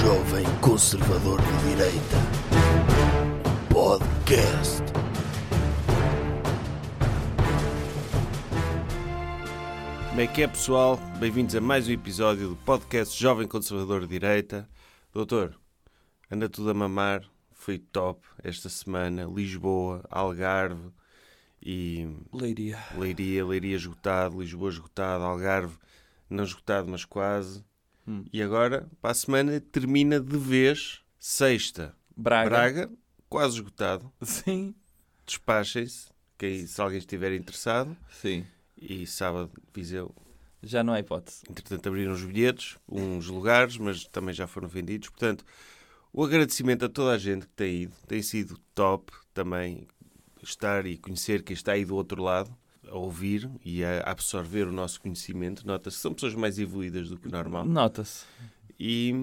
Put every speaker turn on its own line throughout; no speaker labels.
jovem conservador de direita. Podcast.
Como é que é, pessoal? Bem-vindos a mais um episódio do podcast Jovem Conservador de Direita. Doutor, anda tudo a mamar, foi top esta semana. Lisboa, Algarve e
Leiria.
Leiria, Leiria esgotado, Lisboa esgotado, Algarve não esgotado, mas quase.
Hum.
E agora, para a semana, termina de vez, sexta,
Braga.
Braga, quase esgotado.
Sim.
Despachem-se, quem- se alguém estiver interessado.
Sim.
E sábado, Viseu,
Já não há hipótese.
Entretanto, abriram os bilhetes, uns lugares, mas também já foram vendidos. Portanto, o agradecimento a toda a gente que tem ido. Tem sido top também estar e conhecer quem está aí do outro lado, a ouvir e a absorver o nosso conhecimento. Nota-se que são pessoas mais evoluídas do que o normal.
Nota-se.
E,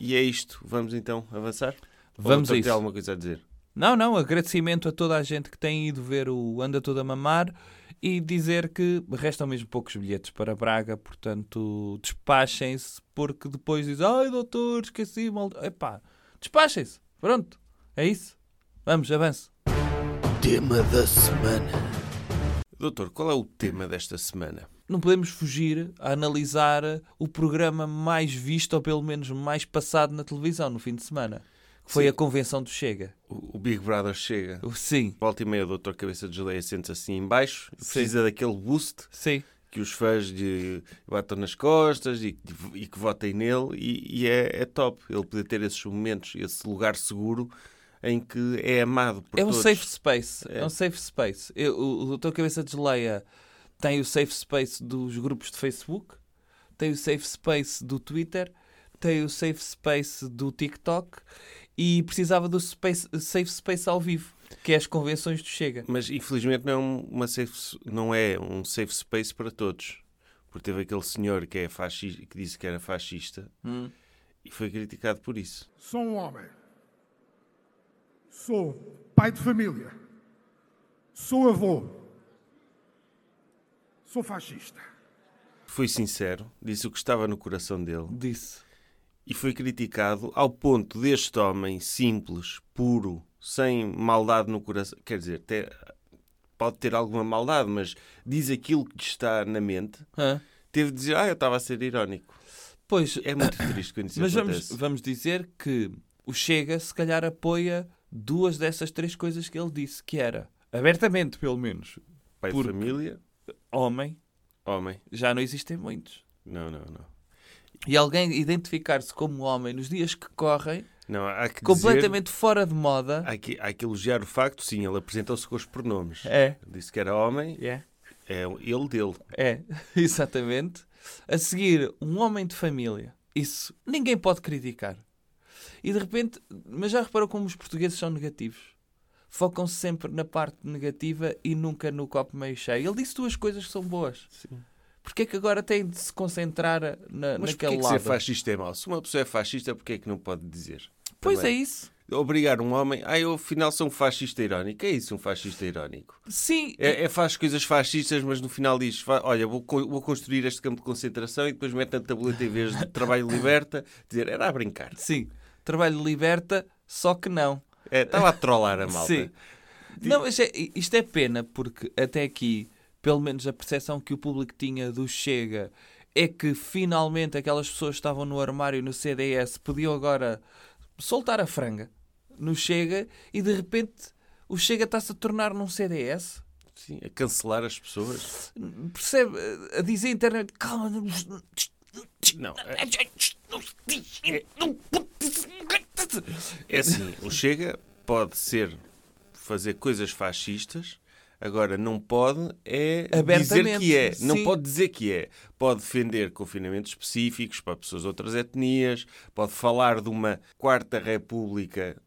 e é isto. Vamos então avançar?
Vamos
Ou
a
tem
isso.
alguma coisa a dizer?
Não, não. Agradecimento a toda a gente que tem ido ver o Anda Tudo a Mamar e dizer que restam mesmo poucos bilhetes para Braga, portanto despachem-se, porque depois dizem ai doutor, esqueci, mal... Epá, despachem-se. Pronto. É isso. Vamos, avance.
Tema da semana.
Doutor, qual é o tema desta semana?
não podemos fugir a analisar o programa mais visto ou pelo menos mais passado na televisão no fim de semana. Que foi
Sim.
a convenção do Chega.
O o Big Brother chega.
O- Sim,
Volta e meia, o doutor Cabeça de Geleia sente-se assim em baixo. Precisa daquele boost.
sim.
que os fãs lhe batam nas costas e, que- e que votem nele e, e é, é top ele poder ter esses momentos, esse lugar seguro em que é amado por
É um
todos.
safe space. É,
É.
um safe space. Eu, o, o Doutor Cabeça de Geleia tem o safe space dos grupos de Facebook, tem o safe space do Twitter, tem o safe space do TikTok e precisava do space- safe space ao vivo, que é as convenções do Chega.
Mas infelizmente não é, um- uma safe- não é um safe space para todos. Porque teve aquele senhor que, é fascista, que disse que era fascista
Hum.
e foi criticado por isso.
Sou um homem. Sou pai de família. Sou avô. Sou fascista.
Foi sincero, disse o que estava no coração dele.
Disse.
e foi criticado ao ponto deste homem simples, puro, sem maldade no coração. Quer dizer, até pode ter alguma maldade, mas diz aquilo que lhe está na mente.
Hã?
Teve de dizer, ah, eu estava a ser irónico.
Pois,
É muito triste quando isso
Mas vamos,
acontece.
vamos dizer que o Chega se calhar apoia duas dessas três coisas que ele disse, que era, abertamente pelo menos,
Pai
porque-
de família,
homem,
homem.
já não existem muitos.
Não, não, não.
E alguém identificar-se como homem nos dias que correm,
Não, há que dizer...
completamente fora de moda,
Há que, há que elogiar o facto, sim, ele apresentou-se com os pronomes.
é...
Disse que era homem,
É,
é ele dele.
é, exatamente. A seguir, um homem de família. Isso ninguém pode criticar. E de repente, mas já reparou como os portugueses são negativos? Focam-se sempre na parte negativa e nunca no copo meio cheio. Ele disse duas coisas que são boas.
Sim.
Porque é que agora têm de se concentrar na,
Mas porquê
naquele
que ser
lado?
fascista é mau? Se uma pessoa é fascista, porquê é que não pode dizer?
Pois
Também.
é isso.
obrigar um homem. Ah, eu afinal sou um fascista irónico. É isso, um fascista irónico.
Sim,
É, é faz coisas fascistas, mas no final diz: "Fa- Olha, vou, co- vou construir este campo de concentração e depois mete na tabuleta em vez de trabalho liberta. Dizer: Era a brincar.
sim. Trabalho liberta, só que não.
É, Estava a trollar a malta.
Sim. Não, mas é- isto é pena, porque até aqui, pelo menos a percepção que o público tinha do Chega é que finalmente aquelas pessoas que estavam no armário no CDS podiam agora soltar a franga no Chega e de repente o Chega está-se a tornar num CDS.
Sim, a cancelar as pessoas.
Percebe? eh, A dizer internamente, calma, não-
Não. É, é assim: o Chega pode ser fazer coisas fascistas. Agora, não pode é dizer
Abertamente,
que é. Não
sim.
pode dizer que é. Pode defender confinamentos específicos para pessoas de outras etnias, pode falar de uma quarta república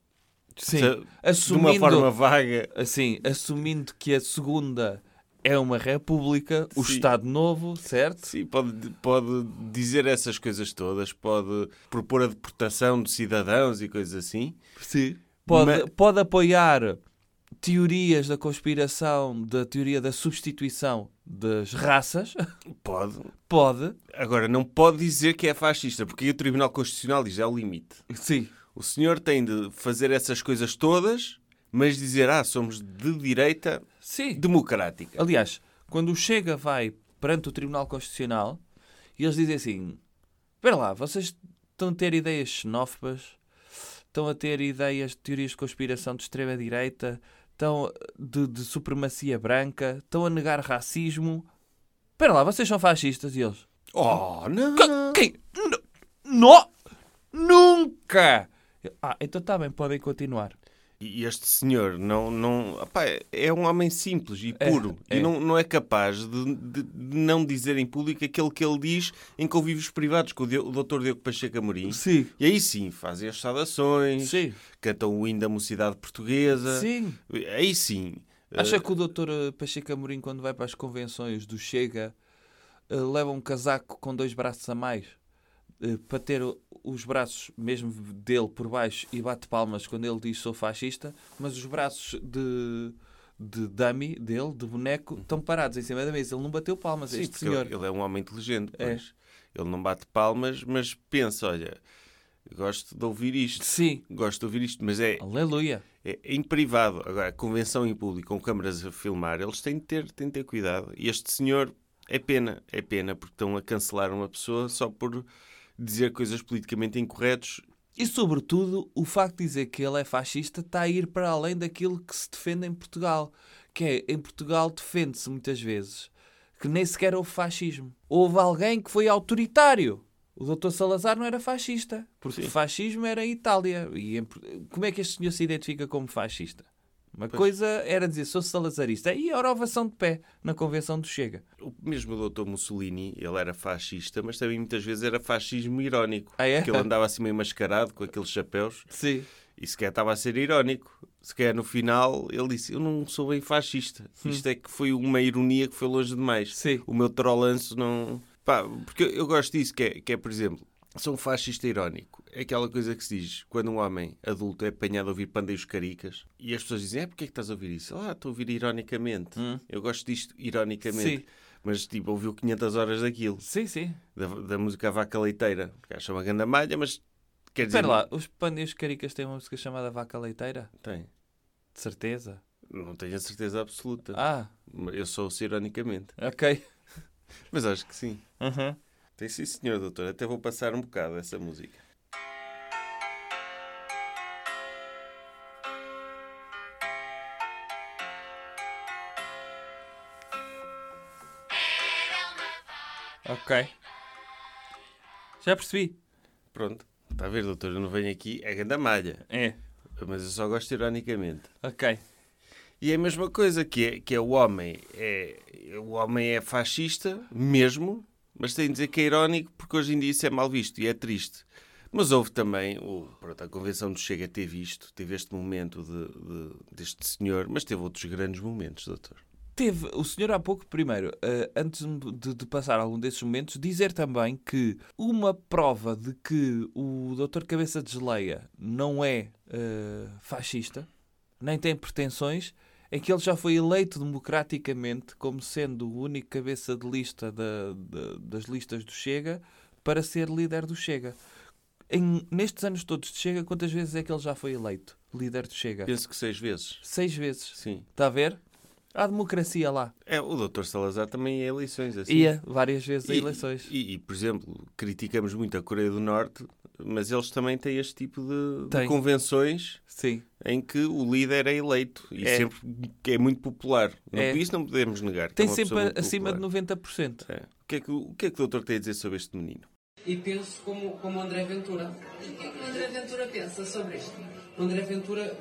se- de uma
assumindo-
forma vaga.
assim, assumindo que a segunda é uma república, o
Sim.
Estado Novo, certo?
Sim, pode, pode dizer essas coisas todas, pode propor a deportação de cidadãos e coisas assim.
Pode,
Ma-
pode apoiar teorias da conspiração, da teoria da substituição das raças,
Pode.
pode.
Agora, não pode dizer que é fascista, porque aí o Tribunal Constitucional diz é o limite.
Sim.
O senhor tem de fazer essas coisas todas, mas dizer, ah, somos de direita
Sim.
democrática.
Aliás, quando o Chega vai perante o Tribunal Constitucional e eles dizem assim: Espera lá, vocês estão a ter ideias xenófobas, estão a ter ideias de teorias de conspiração de extrema-direita, estão eh, de, de supremacia branca, estão a negar racismo. Espera lá, vocês são fascistas e eles.
Oh, não!
"Qu- Quem? N- Nó! Nunca! Eu, Ah, então está bem, podem continuar.
E este senhor não, não, opá, é um homem simples e
É,
puro.
é.
E não, não é capaz de, de- de não dizer em público aquilo que ele diz em convívios privados com o, Dio- o Dr. Diogo Pacheco Amorim.
Sim.
E aí sim, fazem as saudações,
Sim.
cantam o hino da mocidade portuguesa.
Sim.
Aí sim.
Acha que o doutor eh, Pacheco Amorim, quando vai para as convenções do Chega, eh, leva um casaco com dois braços a mais eh, para ter o- os braços mesmo dele por baixo e bate palmas quando ele diz sou fascista, mas os braços de, de dummy dele, de boneco, estão parados em cima da mesa. Ele não bateu palmas,
Sim,
este
porque ele-
senhor.
Ele é um homem inteligente, pois. Ele não bate palmas, mas pensa, olha, gosto de ouvir isto.
Sim,
Gosto de ouvir isto, mas é,
aleluia.
é em privado. Agora, convenção em público, com câmaras a filmar, eles têm de ter, têm de ter cuidado. E este senhor, é pena, é pena, porque estão a cancelar uma pessoa só por dizer coisas politicamente incorretas.
E, sobretudo, o facto de dizer que ele é fascista está a ir para além daquilo que se defende em Portugal. Que é, em Portugal defende-se muitas vezes que nem sequer houve fascismo. Houve alguém que foi autoritário. O doutor Salazar não era fascista. Porque
Sim.
fascismo era em Itália. E em Por- como é que este senhor se identifica como fascista? Uma coisa era dizer sou salazarista e era ovação de pé na convenção do Chega.
O mesmo doutor Mussolini, ele era fascista, mas também muitas vezes era fascismo irónico.
Ah, é?
Porque ele andava assim meio mascarado, com aqueles chapéus.
Sim.
E sequer estava a ser irónico. Sequer no final ele disse: Eu não sou bem fascista. Isto é que foi uma ironia que foi longe demais.
Hum. Sim.
O meu trolanço não. Pá, porque eu, eu gosto disso, que é, que é, por exemplo, sou um fascista irónico. É aquela coisa que se diz quando um homem adulto é apanhado a ouvir pandeiros caricas e as pessoas dizem: É, porque é que estás a ouvir isso? Ah, estou a ouvir ironicamente. Eu gosto disto ironicamente.
Hum. Sim.
Mas tipo, ouviu 500 horas daquilo,
Sim, sim.
da, da música Vaca Leiteira. que Acha uma grande malha, mas quer dizer.
Espera lá, os pandeiros caricas têm uma música chamada Vaca Leiteira?
Tem.
De certeza.
Não tenho a certeza absoluta.
Ah,
Eu sou ouço ironicamente.
ok.
Mas acho que sim. Tem sim, senhor doutor. Até vou passar um bocado essa música.
Ok. Já percebi.
Pronto. Está a ver, doutor? Eu não venho aqui. É ganda malha.
É.
Mas eu só gosto ironicamente.
Ok.
E é a mesma coisa que é, que é o homem. É, o homem é fascista, mesmo, mas tem de dizer que é irónico porque hoje em dia isso é mal visto e é triste. Mas houve também, o, pronto, a Convenção do Chega teve isto, teve este momento de- de- deste senhor, mas teve outros grandes momentos, doutor.
Teve o senhor há pouco, primeiro, eh, antes de, de passar algum desses momentos, dizer também que uma prova de que o Dr. Cabeça de Geleia não é eh, fascista, nem tem pretensões, é que ele já foi eleito democraticamente como sendo o único cabeça de lista da- da- das listas do Chega para ser líder do Chega. Em- nestes anos todos de Chega, quantas vezes é que ele já foi eleito líder do Chega?
Penso que seis vezes.
Seis vezes.
Sim.
Está a ver? Há democracia lá.
É, o Dr. Salazar também ia a eleições, assim.
Ia várias vezes a
E-
é eleições.
E, e, por exemplo, criticamos muito a Coreia do Norte, mas eles também têm este tipo de, de
Tem.
convenções
Sim.
em que o líder é eleito e
É.
sempre que é muito popular. Não-
É.
Isso não podemos negar. que
Tem
é uma pessoa
sempre
muito
acima de
popular.
90%.
É. O, que é que, o que é que o doutor tem a dizer sobre este menino?
e penso como, como André Ventura. E o que é que o André Ventura pensa sobre isto? O André Ventura,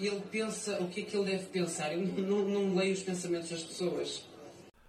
ele pensa o que é que ele deve pensar. Eu não, não leio os pensamentos das pessoas.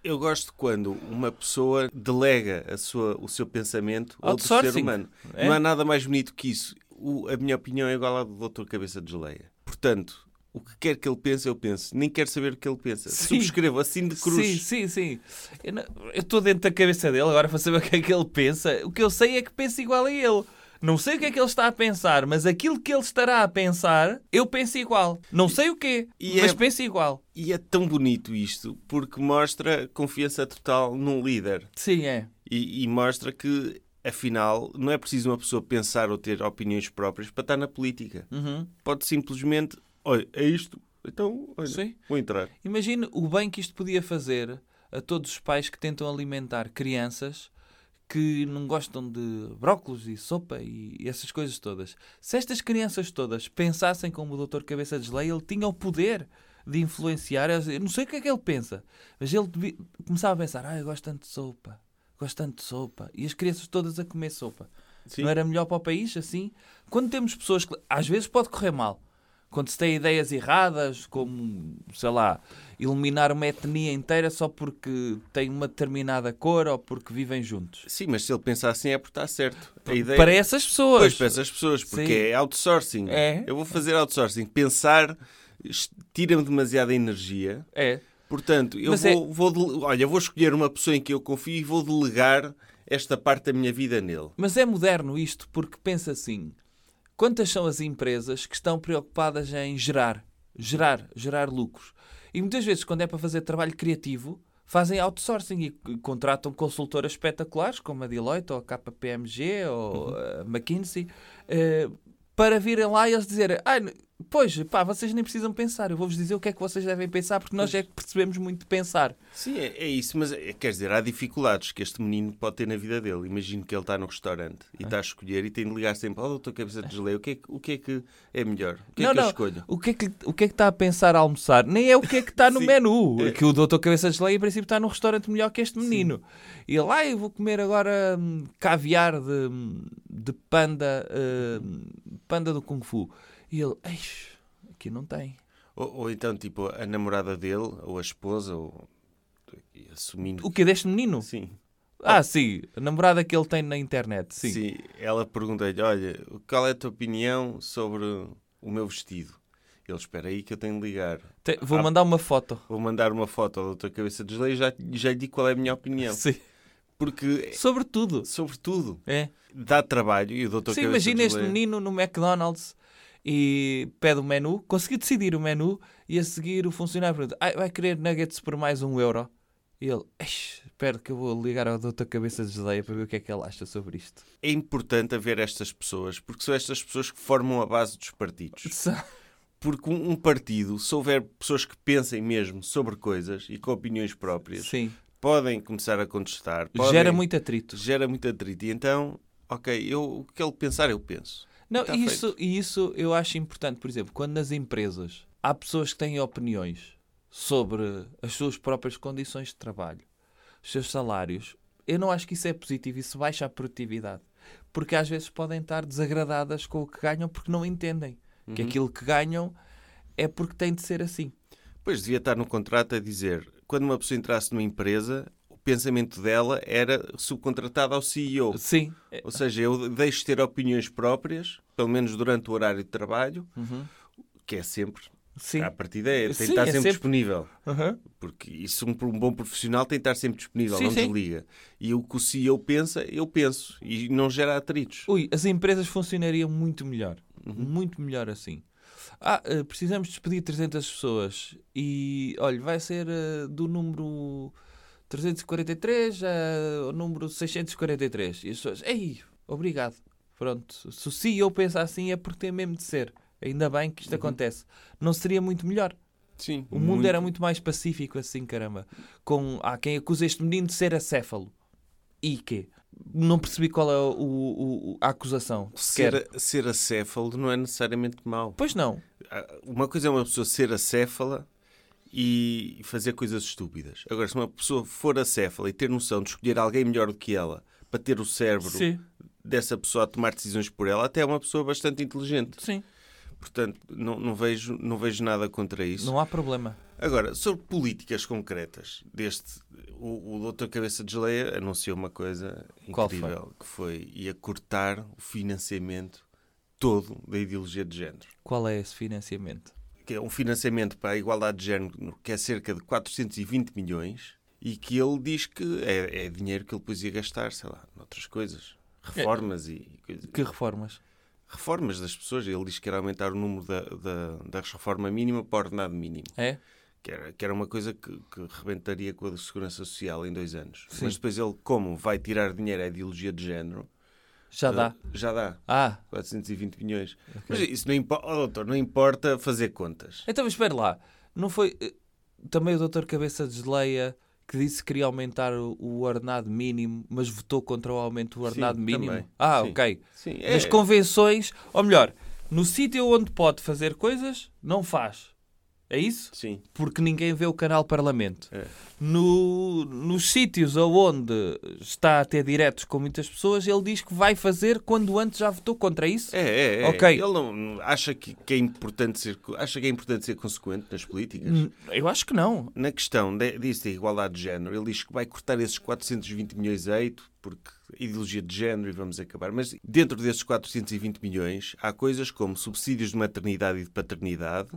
Eu gosto quando uma pessoa delega a sua, o seu pensamento a outro ser
Outsourcing.
humano.
É?
Não há nada mais bonito que isso. O- a minha opinião é igual à do doutor Cabeça de Geleia. Portanto, o que quer que ele pense, eu penso. Nem quero saber o que ele pensa.
Sim.
Subscrevo assim de cruz.
Sim, sim, sim. Eu não- eu estou dentro da cabeça dele agora para saber o que é que ele pensa. O que eu sei é que pensa igual a ele. Não sei o que é que ele está a pensar, mas aquilo que ele estará a pensar, eu penso igual. Não sei o quê,
E
mas
é-
penso igual.
E é tão bonito isto porque mostra confiança total num líder
Sim, é.
e, e mostra que, afinal, não é preciso uma pessoa pensar ou ter opiniões próprias para estar na política.
Uhum.
Pode simplesmente, olha, é isto, então, olha,
Sim.
vou entrar.
Imagine o bem que isto podia fazer a todos os pais que tentam alimentar crianças que não gostam de brócolos e sopa e essas coisas todas. Se estas crianças todas pensassem como o Dr. Cabeça de Geleia, ele tinha o poder de influenciar. Eu não sei o que é que ele pensa, mas ele devia- começava a pensar: ah, eu gosto tanto de sopa, gosto tanto de sopa. E as crianças todas a comer sopa.
Sim.
Não era melhor para o país assim? Quando temos pessoas que. Às vezes pode correr mal. Quando se tem ideias erradas, como, sei lá, eliminar uma etnia inteira só porque tem uma determinada cor ou porque vivem juntos.
Sim, mas se ele pensar assim é porque está certo. A ideia...
Para essas pessoas.
Pois, para essas pessoas, porque
Sim.
é outsourcing.
É.
Eu vou fazer outsourcing. Pensar es- tira-me demasiada energia.
É.
Portanto, eu
Mas
vou,
é-
vou dele- olha, eu vou escolher uma pessoa em que eu confio e vou delegar esta parte da minha vida nele.
Mas é moderno isto porque pensa assim: quantas são as empresas que estão preocupadas em gerar, gerar, gerar lucros? E muitas vezes, quando é para fazer trabalho criativo, fazem outsourcing e c- contratam consultoras espetaculares como a Deloitte ou a KPMG ou a McKinsey eh, para virem lá e eles dizerem: ah, n- Pois, pá, vocês nem precisam pensar, eu vou-vos dizer o que é que vocês devem pensar, porque nós é que percebemos muito de pensar.
Sim, é, é isso, mas é, quer dizer, há dificuldades que este menino pode ter na vida dele. Imagino que ele está no restaurante e está a escolher e tem de ligar sempre ao doutor Cabeça de Geleia. O que é, que- o que é que é melhor? O que é que eu escolho?
O que, é que, o que é que está a pensar a almoçar? Nem é o que é que está no
Sim.
menu.
É.
Que o doutor Cabeça de Geleia, em princípio, está num restaurante melhor que este menino. E lá eu vou comer agora hum, caviar de, hum, de panda, hum, panda do Kung Fu. E ele, "Eish, aqui não tem.
Ou, ou então, tipo, a namorada dele, ou a esposa, ou assumindo
O que deste menino?
Sim.
Ah, sim, a namorada que ele tem na internet, sim.
Sim. Ela pergunta-lhe: Olha, qual é a tua opinião sobre o meu vestido? Ele espera aí que eu tenho de ligar.
Tem- vou
Ah.
mandar uma foto.
Vou mandar uma foto ao doutor Cabeça de Geleia e já, já lhe digo qual é a minha opinião.
Sim.
Porque,
Sobretudo.
sobretudo,
É.
dá trabalho e o doutor
Sim,
Cabeça
imagina
de
este
Geleia-
menino no McDonald's e pede o menu, conseguiu decidir o menu e a seguir o funcionário pergunta: "Ai, vai querer nuggets por mais um euro? E ele, "Eish, espera que eu vou ligar ao doutor Cabeça de Geleia para ver o que é que ele acha sobre isto.
É importante haver estas pessoas, porque são estas pessoas que formam a base dos partidos. Porque um um partido, se houver pessoas que pensem mesmo sobre coisas e com opiniões próprias,
Sim,
podem começar a contestar. Podem...
gera muito atrito.
gera muito atrito. E então, ok, eu, o que ele pensar, eu penso.
Não,
E tá
e isso, e isso eu acho importante, por exemplo, quando nas empresas há pessoas que têm opiniões sobre as suas próprias condições de trabalho, os seus salários, eu não acho que isso é positivo, isso baixa a produtividade. Porque às vezes podem estar desagradadas com o que ganham porque não entendem que aquilo que ganham é porque tem de ser assim.
Pois devia estar no contrato a dizer: quando uma pessoa entrasse numa empresa, o pensamento dela era subcontratada ao CEO.
Sim,
Ou seja, eu deixo de ter opiniões próprias, pelo menos durante o horário de trabalho, que é sempre.
Uhum. sim.
A partida é, tem de
Sim,
estar
é
sempre,
sempre.
disponível.
Aham.
Porque isso, um, um bom profissional tem de estar sempre disponível,
Sim,
não
sim.
desliga. E o que o CEO pensa, eu penso. E não gera atritos.
Ui, as empresas funcionariam muito melhor. Muito melhor assim. Ah, eh, precisamos despedir 300 pessoas e, olha, vai ser eh, do número 343 ao número 643. E as pessoas, ei, obrigado. Pronto, se o CEO pensa assim é porque tem mesmo de ser. Ainda bem que isto acontece. Não seria muito melhor?
Sim.
O mundo era muito mais pacífico assim, caramba. Com, há quem acusa este menino de ser acéfalo. E quê? Não percebi qual é o, o- o- a acusação sequer.
Ser, ser acéfalo não é necessariamente mau.
Pois não.
Ah, Uma coisa é uma pessoa ser acéfala e fazer coisas estúpidas. Agora, se uma pessoa for acéfala e ter noção de escolher alguém melhor do que ela para ter o cérebro
Sim.
dessa pessoa a tomar decisões por ela, até é uma pessoa bastante inteligente.
Sim.
Portanto, não, não vejo, não vejo nada contra isso.
Não há problema.
Agora, sobre políticas concretas deste, o, o doutor Cabeça de Geleia anunciou uma coisa
Qual foi?
incrível, que foi ia cortar o financiamento todo da ideologia de género.
Qual é esse financiamento?
Que é um financiamento para a igualdade de género que é cerca de 420 milhões e que ele diz que é, é dinheiro que ele depois ia gastar, sei lá, noutras coisas. reformas e coisas.
Que reformas?
reformas das pessoas. Ele diz que era aumentar o número da, da, da reforma mínima para o ordenado mínimo,
É?
que era, que era uma coisa que, que rebentaria com a da Segurança Social em dois anos. Mas depois ele, como vai tirar dinheiro à ideologia de género,
Já
ele-
dá.
Já dá.
Ah,
420 milhões. Mas isso não importa, doutor, não importa fazer contas.
então mas espera lá. Não foi eh, também o doutor Cabeça de Geleia que disse que queria aumentar o, o ordenado mínimo, mas votou contra o aumento do ordenado mínimo?
também.
Ah,
Sim.
ok.
Sim, é.
Nas convenções, ou melhor, no sítio onde pode fazer coisas, não faz. É isso?
Sim.
porque ninguém vê o canal Parlamento.
É.
No- nos sítios aonde está a ter diretos com muitas pessoas, ele diz que vai fazer quando antes já votou contra isso.
É, é, é.
Ok.
Ele não, não- acha que, que é importante ser co- acha que é importante ser consequente nas políticas.
Hum, Eu acho que não.
Na questão de, disso da igualdade de género, ele diz que vai cortar esses 420 milhões a 8 porque ideologia de género e vamos acabar. Mas dentro desses 420 milhões há coisas como subsídios de maternidade e de paternidade,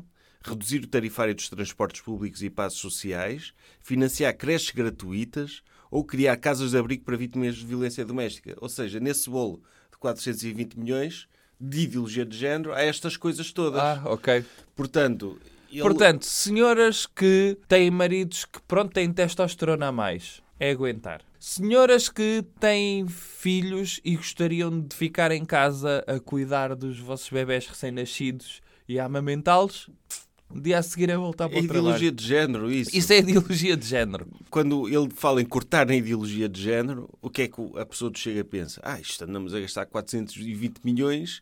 reduzir o tarifário dos transportes públicos e passos sociais, financiar creches gratuitas ou criar casas de abrigo para vítimas de violência doméstica. Ou seja, nesse bolo de 420 milhões de ideologia de género há estas coisas todas.
Ah, ok.
Portanto, ele-
Portanto, senhoras que têm maridos que, pronto, têm testosterona a mais, é aguentar. Senhoras que têm filhos e gostariam de ficar em casa a cuidar dos vossos bebés recém-nascidos e a amamentá-los, um dia a seguir é voltar para o trabalho.
ideologia de género, isso.
Isso é ideologia de género.
quando ele fala em cortar na ideologia de género, o que é que a pessoa do Chega pensa? Ah, isto andamos a gastar 420 milhões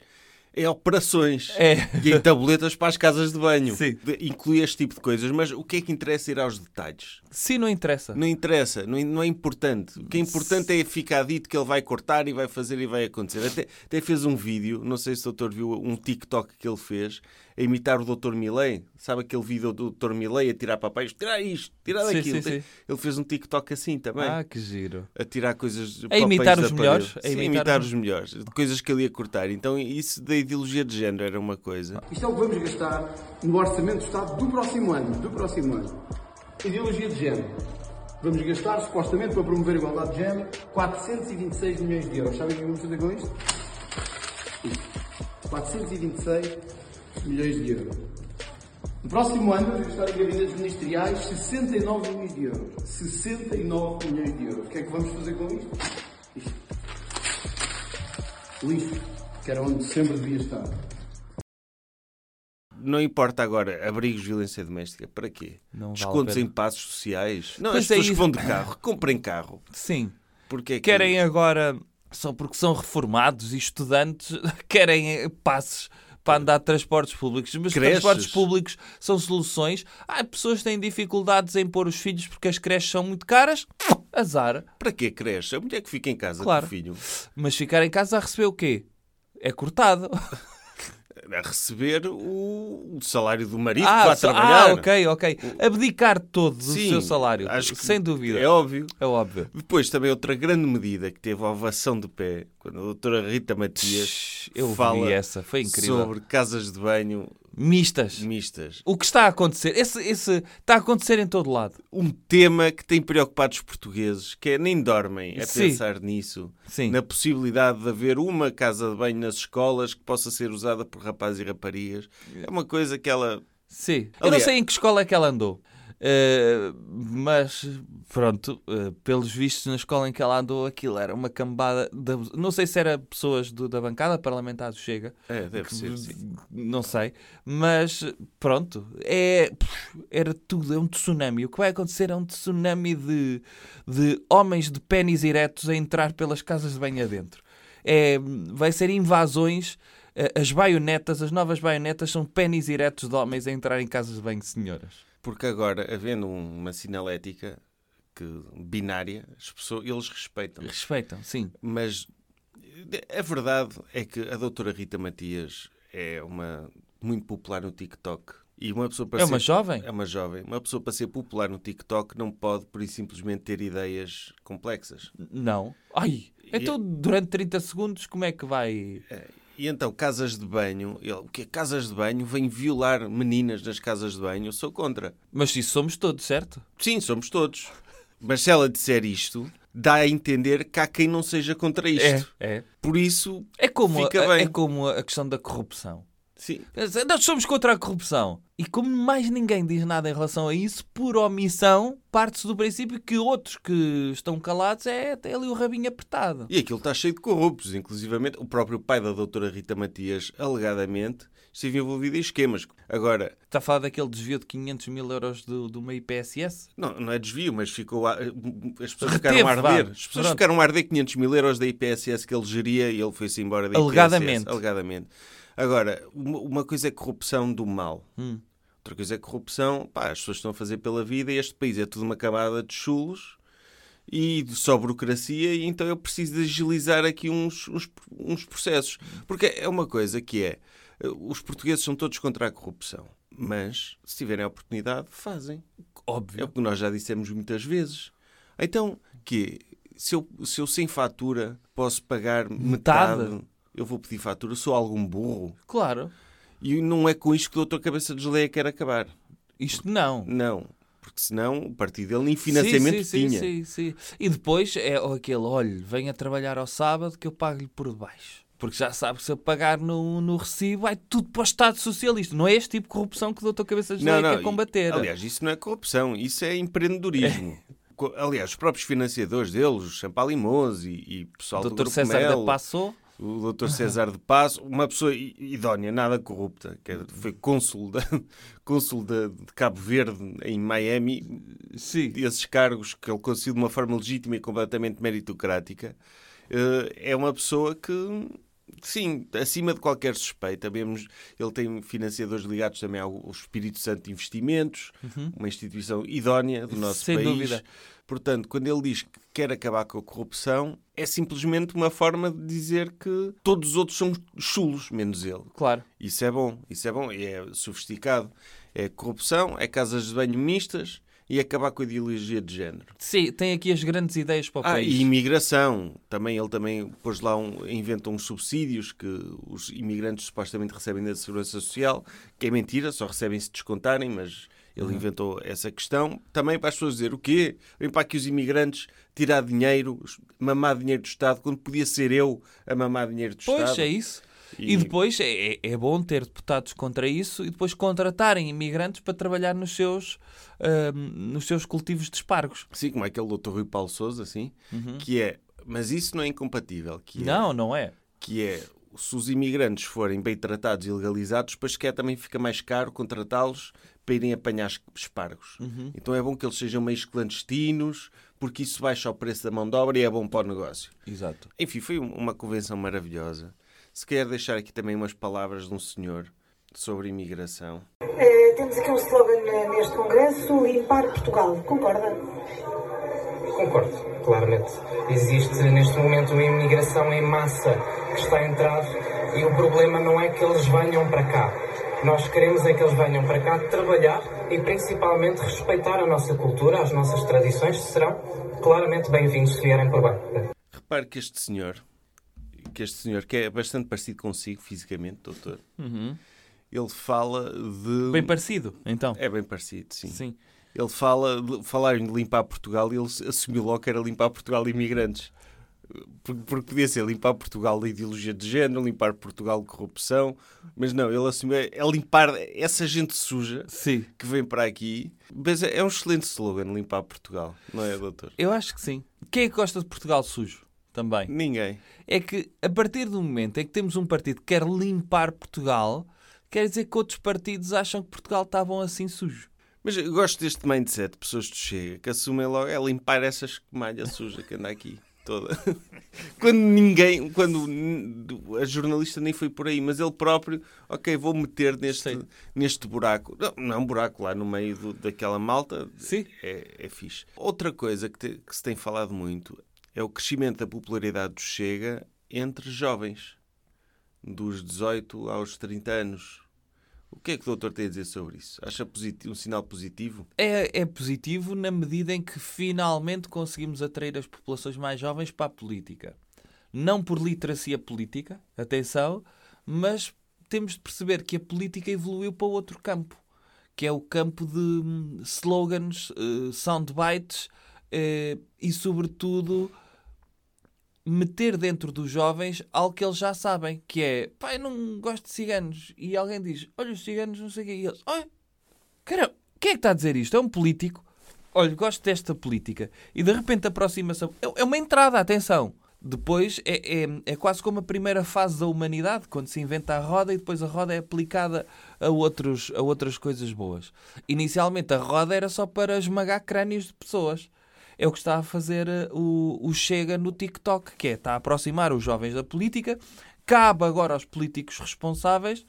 em operações
É.
e em tabuletas para as casas de banho.
Sim.
De- Inclui este tipo de coisas, mas o que é que interessa ir aos detalhes?
Sim, não interessa.
Não interessa, não, não é importante. O que é importante é ficar dito que ele vai cortar e vai fazer e vai acontecer. Até, até fez um vídeo, não sei se o doutor viu um TikTok que ele fez, a imitar o doutor Milley. Sabe aquele vídeo do doutor Milley a tirar papéis? Tirar isto, tirar
Sim,
daquilo.
sim, sim.
Ele fez um TikTok assim também.
Ah, que giro.
A tirar coisas.
A imitar
papéis
os
da
melhores,
parede.
a
Sim,
imitar
imitar
os-
os melhores. Coisas que ele ia cortar. Então, isso da ideologia de género era uma coisa.
Isto é o que vamos gastar no Orçamento de Estado do próximo ano. Do próximo ano. Ideologia de género. Vamos gastar, supostamente, para promover a igualdade de género, 426 milhões de euros. Sabem o que vamos fazer com isto? Isto. 426 milhões de euros. No próximo ano, vamos gastar em gabinetes ministeriais 69 milhões de euros. 69 milhões de euros. O que é que vamos fazer com isto? Isto. Lixo, que era onde sempre devia estar.
Não importa agora, abrigos de violência doméstica, para quê?
Não vale a
Descontos
pena.
em passos sociais. Não,
Pois
as
é
pessoas que
isso.
vão de carro, comprem carro.
Sim.
Porque é que-
Querem agora, só porque são reformados e estudantes, querem eh, passes para andar de transportes públicos. Mas
Creches.
transportes públicos são soluções. Há pessoas que têm dificuldades em pôr os filhos porque as creches são muito caras. Azar.
Para que cresce? A mulher que fica em casa
Claro.
com o filho
Mas ficar em casa a receber o quê? É cortado.
a receber o o salário do marido que
Ah,
vai
só-
trabalhar.
ah, ok, ok. Abdicar todo do
Sim,
seu salário.
acho que
Sem dúvida.
É óbvio.
É óbvio.
Depois também outra grande medida que teve a ovação de pé, quando a doutora Rita Matias
Eu vi
fala
essa, foi incrível.
sobre casas de banho
Mistas.
mistas.
O que está a acontecer? Esse, esse está a acontecer em todo lado.
um tema que tem preocupado os portugueses, que é nem dormem a
Sim.
pensar nisso.
Sim.
Na possibilidade de haver uma casa de banho nas escolas que possa ser usada por rapazes e raparigas. É uma coisa que ela.
Sim. Eu não
Aliás-
sei em que escola é que ela andou. Eh, mas pronto, eh, pelos vistos na escola em que ela andou, aquilo era uma cambada de abus- não sei se era pessoas do- da bancada parlamentar do Chega,
É, deve ser. Sim.
não sei, mas pronto, é, pff, era tudo, é um tsunami. O que vai acontecer é um tsunami de, de homens de pênis eretos a entrar pelas casas de banho adentro. É, vai ser invasões, eh, as baionetas, as novas baionetas são pênis eretos de homens a entrar em casas de banho, de senhoras.
Porque agora, havendo um- uma sinalética que, binária, as pessoas, eles respeitam.
Respeitam, sim.
Mas a verdade é que a doutora Rita Matias é uma muito popular no TikTok. E uma pessoa para
É
ser-
uma jovem?
É uma jovem. Uma pessoa para ser popular no TikTok não pode, por isso, simplesmente ter ideias complexas.
Não. Ai,
é-
então durante 30 segundos, como é que vai?
E então, casas de banho, ele, o que é casas de banho? Vem violar meninas nas casas de banho, eu sou contra.
Mas isso somos todos, certo?
Sim, somos todos. Mas se ela disser isto, dá a entender que há quem não seja contra isto.
É, é.
Por isso,
É como,
Fica
a,
bem.
é como a questão da corrupção.
sim,
Nós somos contra a corrupção. E como mais ninguém diz nada em relação a isso, por omissão, parte-se do princípio que outros que estão calados é tem ali o rabinho apertado.
E aquilo está cheio de corruptos, inclusivamente o próprio pai da doutora Rita Matias, alegadamente, esteve envolvido em esquemas. Agora,
Está a falar daquele desvio de 500 mil euros do, de uma IPSS?
não, não é desvio, mas ficou a- eh, as pessoas
Reteve,
ficaram a
vá.
arder. As pessoas
Pronto.
ficaram a arder 500 mil euros da IPSS que ele geria e ele foi-se embora da IPSS.
Alegadamente.
Alegadamente. Agora, uma, uma coisa é corrupção do mal.
Hum.
Outra coisa é corrupção, pá, as pessoas estão a fazer pela vida e este país é tudo uma camada de chulos e de só burocracia, e então eu preciso de agilizar aqui uns, uns, uns processos. Porque é uma coisa que é: eh, os portugueses são todos contra a corrupção, mas se tiverem a oportunidade, fazem. É o
Óbvio.
que nós já dissemos muitas vezes. Então, que se eu, se eu sem fatura posso pagar
Metade?
metade, eu vou pedir fatura, sou algum burro.
Claro.
E não é com isto que o doutor Cabeça de Geleia quer acabar.
Isto não.
Não, porque senão o partido dele nem financiamento
sim, sim,
tinha.
Sim, sim, sim. E depois é aquele, olha, venha trabalhar ao sábado que eu pago-lhe por debaixo. Porque já sabe que se eu pagar no, no recibo, vai tudo para o Estado Socialista. Não é este tipo de corrupção é que o Dr. Cabeça de Leia quer
e-
combater.
Aliás, isso não é corrupção, isso é empreendedorismo. Co- Aliás, os próprios financiadores deles, o Champalimous e, e o pessoal
o
do
Dr.
Grupo
César
Mel,
da Passou,
o doutor César de Passo, uma pessoa i- idónea, nada corrupta, que foi cônsul da- cônsul da- de Cabo Verde em Miami,
sim.
esses cargos que ele conseguiu de uma forma legítima e completamente meritocrática, eh, é uma pessoa que, sim, acima de qualquer suspeita, vemos, ele tem financiadores ligados também ao, ao Espírito Santo de Investimentos, uma instituição idónea do nosso
Uhum. Sem
país.
dúvida.
Portanto, quando ele diz que quer acabar com a corrupção, é simplesmente uma forma de dizer que todos os outros são chulos, menos ele.
Claro.
Isso é bom, isso é bom e é sofisticado. É corrupção, é casas de banho mistas e acabar com a ideologia de género.
Sim, tem aqui as grandes ideias para o
Ah,
país.
e imigração. Também ele também pôs lá um, inventa uns subsídios que os imigrantes supostamente recebem da Segurança Social, que é mentira, só recebem se descontarem, mas
Uhum.
ele inventou essa questão. Também para as pessoas dizer o quê? Vem para aqui os imigrantes tirar dinheiro, mamar dinheiro do Estado, quando podia ser eu a mamar dinheiro do
Pois,
Estado.
é isso. E,
E-
depois é, é- é bom ter deputados contra isso e depois contratarem imigrantes para trabalhar nos seus, ahm, nos seus cultivos de espargos.
Sim, como é aquele doutor Rui Paulo Souza, assim, que é, mas isso não é incompatível, que é,
Uhum. Não, não é.
que é se os imigrantes forem bem tratados e legalizados, para que também fica mais caro contratá-los para irem apanhar es- espargos.
Uhum.
Então é bom que eles sejam meios clandestinos, porque isso baixa o preço da mão de obra e é bom para o negócio.
Exato.
Enfim, foi um- uma convenção maravilhosa. Se quer deixar aqui também umas palavras de um senhor sobre imigração.
Eh, temos aqui um slogan eh, neste congresso, limpar Portugal, concorda?
Concordo, claramente. Existe neste momento uma imigração em massa que está a entrar e o problema não é que eles venham para cá. Nós queremos é que eles venham para cá trabalhar e principalmente respeitar a nossa cultura, as nossas tradições, serão claramente bem-vindos se vierem por bem.
Repare que este senhor, que este senhor, que é bastante parecido consigo fisicamente, doutor, ele fala de.
Uhum. Bem parecido, então.
É bem parecido, sim.
Sim.
Ele fala, de- falaram de limpar Portugal e ele assumiu logo que era limpar Portugal de imigrantes. Porque, porque podia ser limpar Portugal da ideologia de género, limpar Portugal de corrupção, mas não, ele assumiu, é limpar essa gente suja
Sim.
que vem para aqui. Mas é é um excelente slogan, limpar Portugal, não é, doutor?
Eu acho que sim. Quem é que gosta de Portugal sujo? Também.
Ninguém.
É que a partir do momento em que temos um partido que quer limpar Portugal, quer dizer que outros partidos acham que Portugal está bom assim sujo.
Mas eu gosto deste mindset de pessoas que chega, que assumem logo é limpar essa escumalha suja que anda aqui toda. quando ninguém, quando n- a jornalista nem foi por aí, mas ele próprio, ok, vou meter neste,
Sim.
neste buraco. Não, não é um buraco lá no meio do- daquela malta.
Sim.
É, é fixe. Outra coisa que, te- que se tem falado muito é o crescimento da popularidade do Chega entre jovens, dos 18 aos 30 anos. O que é que o doutor tem a dizer sobre isso? Acha positivo, um sinal positivo?
É, é positivo na medida em que finalmente conseguimos atrair as populações mais jovens para a política. Não por literacia política, atenção, mas temos de perceber que a política evoluiu para outro campo, que é o campo de hum, slogans, eh, soundbites, eh, eh, e, sobretudo, meter dentro dos jovens algo que eles já sabem, que é pai, não gosto de ciganos. E alguém diz, olha, os ciganos não sei o quê. E eles, olha, cara, quem é que está a dizer isto? É um político. Olha, gosto desta política. E de repente aproxima-se. a- É é uma entrada, atenção. Depois é, é, é quase como a primeira fase da humanidade, quando se inventa a roda e depois a roda é aplicada a, outros, a outras coisas boas. Inicialmente a roda era só para esmagar crânios de pessoas. É o que está a fazer eh, o, o Chega no TikTok, que é, está a aproximar os jovens da política. Cabe agora aos políticos responsáveis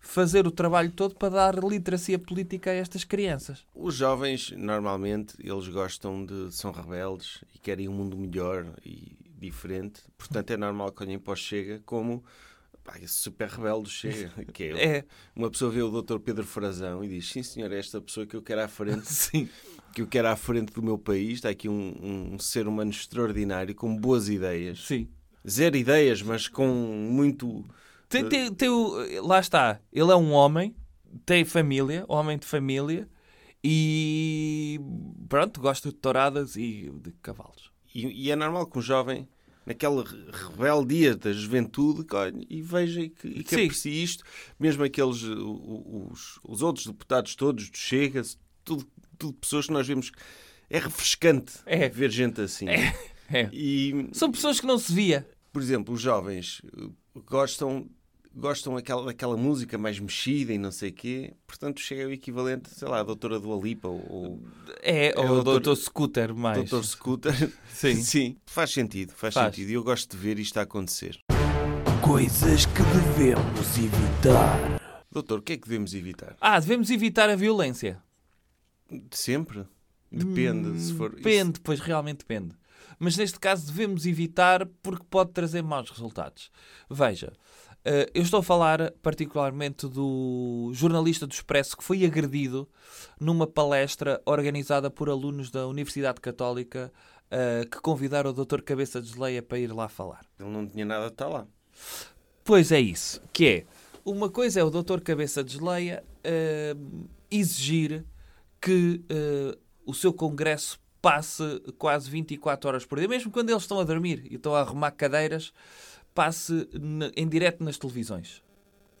fazer o trabalho todo para dar literacia política a estas crianças.
Os jovens, normalmente, eles gostam de. são rebeldes e querem um mundo melhor e diferente. Portanto, é normal que olhem para o Chega como. pá, esse super rebelde do Chega. Que é,
É.
Uma pessoa vê o Dr. Pedro Frazão e diz: Sim, senhor, é esta pessoa que eu quero à frente
Sim.
que eu quero à frente do meu país. Está aqui um, um ser humano extraordinário, com boas ideias.
Sim.
Zero ideias, mas com muito.
Tem, tem- tem o- lá está. Ele é um homem, tem família, homem de família e pronto, gosta de touradas e de cavalos.
E, e é normal que um jovem, naquela re- rebeldia da juventude, que olhe e veja e que, e que
Sim.
aprecie isto, mesmo aqueles, uh, o- os, os outros deputados todos, do Chega, tudo, tudo pessoas que nós vemos. que É refrescante
É.
ver gente assim.
É.
E,
São pessoas que não se via.
por exemplo, os jovens uh, gostam gostam daquela, daquela música mais mexida e não sei quê, portanto chega o equivalente, sei lá, a doutora do Alipa ou,
É,
o
o
doutor-
Dr. Scooter
ou
mais.
doutor Scooter.
É Sim.
Faz sentido, faz,
Faz.
sentido. E eu gosto de ver isto a acontecer.
Coisas que devemos evitar.
Doutor, o que é que devemos evitar?
Ah, devemos evitar a violência.
Sempre? Depende, se for...
Depende, pois realmente depende. Mas neste caso devemos evitar porque pode trazer maus resultados. Veja, eh, eu estou a falar particularmente do jornalista do Expresso que foi agredido numa palestra organizada por alunos da Universidade Católica eh, que convidaram o Dr. Cabeça de Leia para ir lá falar.
Isso- Ele não tinha nada de estar lá.
Pois é isso, que é, uma coisa é o doutor Cabeça de Geleia hum, exigir que eh, o seu congresso passe quase 24 horas por dia, mesmo quando eles estão a dormir e estão a arrumar cadeiras, passe na- em direto nas televisões.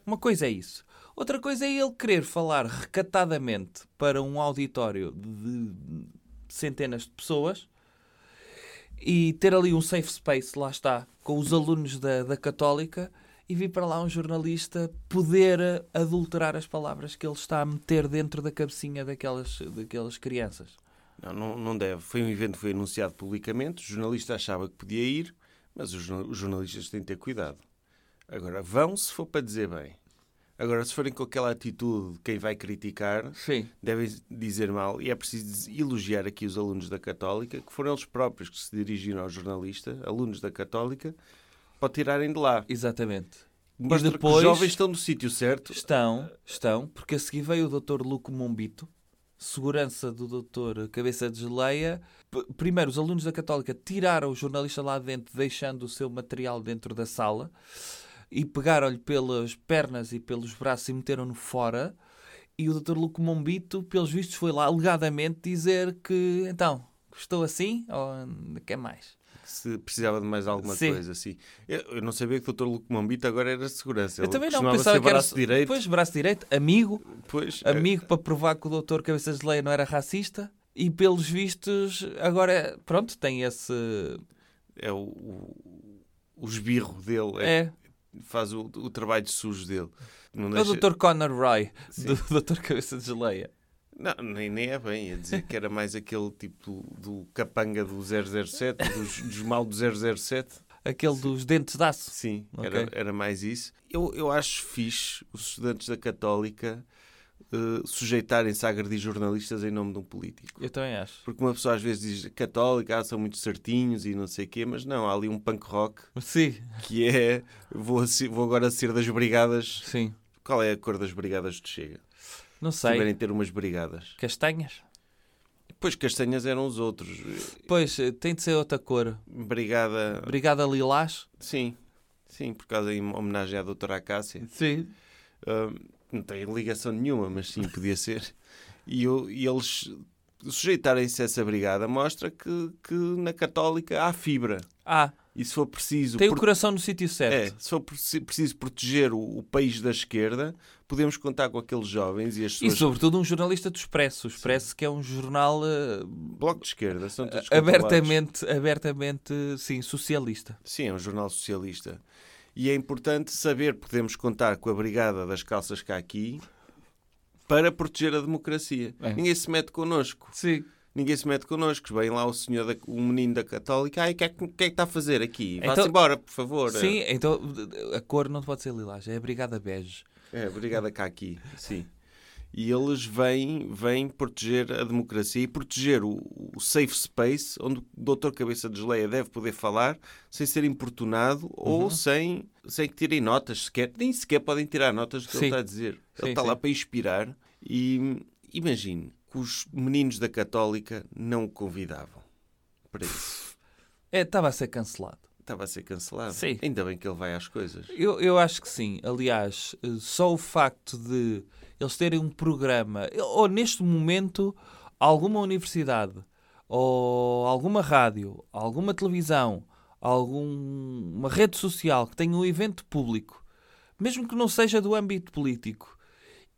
Uma coisa é isso. Outra coisa é ele querer falar recatadamente para um auditório de centenas de pessoas e ter ali um safe space, lá está, com os alunos da, da Católica e vir para lá um jornalista poder eh, adulterar as palavras que ele está a meter dentro da cabecinha daquelas, daquelas crianças.
Não, não, não deve. Foi um evento que foi anunciado publicamente. O jornalista achava que podia ir, mas os, jorna- os jornalistas têm de ter cuidado. Agora, vão se for para dizer bem. Agora, se forem com aquela atitude de quem vai criticar,
Sim.
devem dizer mal. E é preciso elogiar aqui os alunos da Católica, que foram eles próprios que se dirigiram ao jornalista, alunos da Católica, para o tirarem de lá.
Exatamente.
Mostra
e
que os
depois
jovens estão no sítio certo.
estão, estão, porque a seguir veio o Dr. Luco Mombito, segurança do Dr. Cabeça de Geleia. P- Primeiro, os alunos da Católica tiraram o jornalista lá de dentro, deixando o seu material dentro da sala. e pegaram-lhe pelas pernas e pelos braços e meteram-no fora. E o Dr. Luco Mombito, pelos vistos, foi lá alegadamente dizer que então, gostou assim ou quer mais?
se precisava de mais alguma
Sim.
coisa assim. Eu, eu não sabia que o Dr. Luco Mambito agora era de segurança.
Eu
Ele
também não
costumava
pensava
ser
que era
braço direito.
Pois, braço direito, amigo,
Pois, é,
amigo para provar que o Dr. Cabeças de Leia não era racista. E pelos vistos, agora, é- pronto, tem esse.
é o, o, o esbirro dele, é,
É,
faz o, o trabalho sujo dele. Não,
é o
deixa-
Dr. Conor Roy, do Dr. Cabeças de Leia.
não nem, nem é bem, ia dizer que era mais aquele tipo do capanga do 007, dos, dos mal do 007.
Aquele dos dentes de aço.
Sim,
Ok.
era, era mais isso. Eu, eu acho fixe os estudantes da Católica eh, sujeitarem-se a agredir jornalistas em nome de um político.
Eu também acho.
Porque uma pessoa às vezes diz católica, ah, são muito certinhos e não sei o quê, mas não, há ali um punk rock
Sim,
que é vou, ser- vou agora ser das brigadas.
sim.
Qual é a cor das brigadas que chega?
Não
Se
sei.
tiverem ter umas brigadas.
Castanhas?
Depois castanhas eram os outros.
Pois, eh, tem de ser outra cor.
Brigada.
Brigada Lilás?
Sim, sim, por causa em homenagem à doutora Acácia.
Sim.
Ahm, não tem ligação nenhuma, mas sim, podia ser. E, eu- e eles sujeitarem-se a essa brigada mostra que, que na Católica há fibra.
Ah,
E se for preciso.
tem o
pro-
coração no sítio certo.
É, se for preci- preciso proteger o, o país da esquerda, podemos contar com aqueles jovens e as
E
suas.
sobretudo um jornalista do Expresso. O Expresso que é um jornal eh,
Bloco de esquerda, são todos controlados.
abertamente, abertamente, sim, socialista.
Sim, é um jornal socialista. E é importante saber que podemos contar com a brigada das calças cá aqui para proteger a democracia.
É.
Ninguém se mete connosco.
Sim.
Ninguém se mete connosco. Vem lá o senhor, da, o menino da Católica. Ai, o que, é, que o que é que está a fazer aqui? Vá-se
Então-
embora, por favor.
Sim, então a cor não pode ser lilás, é a Brigada Bege.
É, obrigada cá aqui, sim. E eles vêm, vêm proteger a democracia e proteger o, o safe space onde o doutor Cabeça de Geleia deve poder falar sem ser importunado
Uhum.
ou sem, sem que tirem notas sequer. Nem sequer podem tirar notas do que
Sim.
ele está a dizer.
Sim,
ele está
sim.
lá para inspirar e imagine que os meninos da Católica não o convidavam para isso.
É, Estava a ser cancelado.
Estava a ser cancelado.
Sim.
Ainda bem que ele vai às coisas.
Eu, eu acho que sim. Aliás, eh, só o facto de eles terem um programa, ou neste momento, alguma universidade, ou alguma rádio, alguma televisão, alguma rede social que tenha um evento público, mesmo que não seja do âmbito político,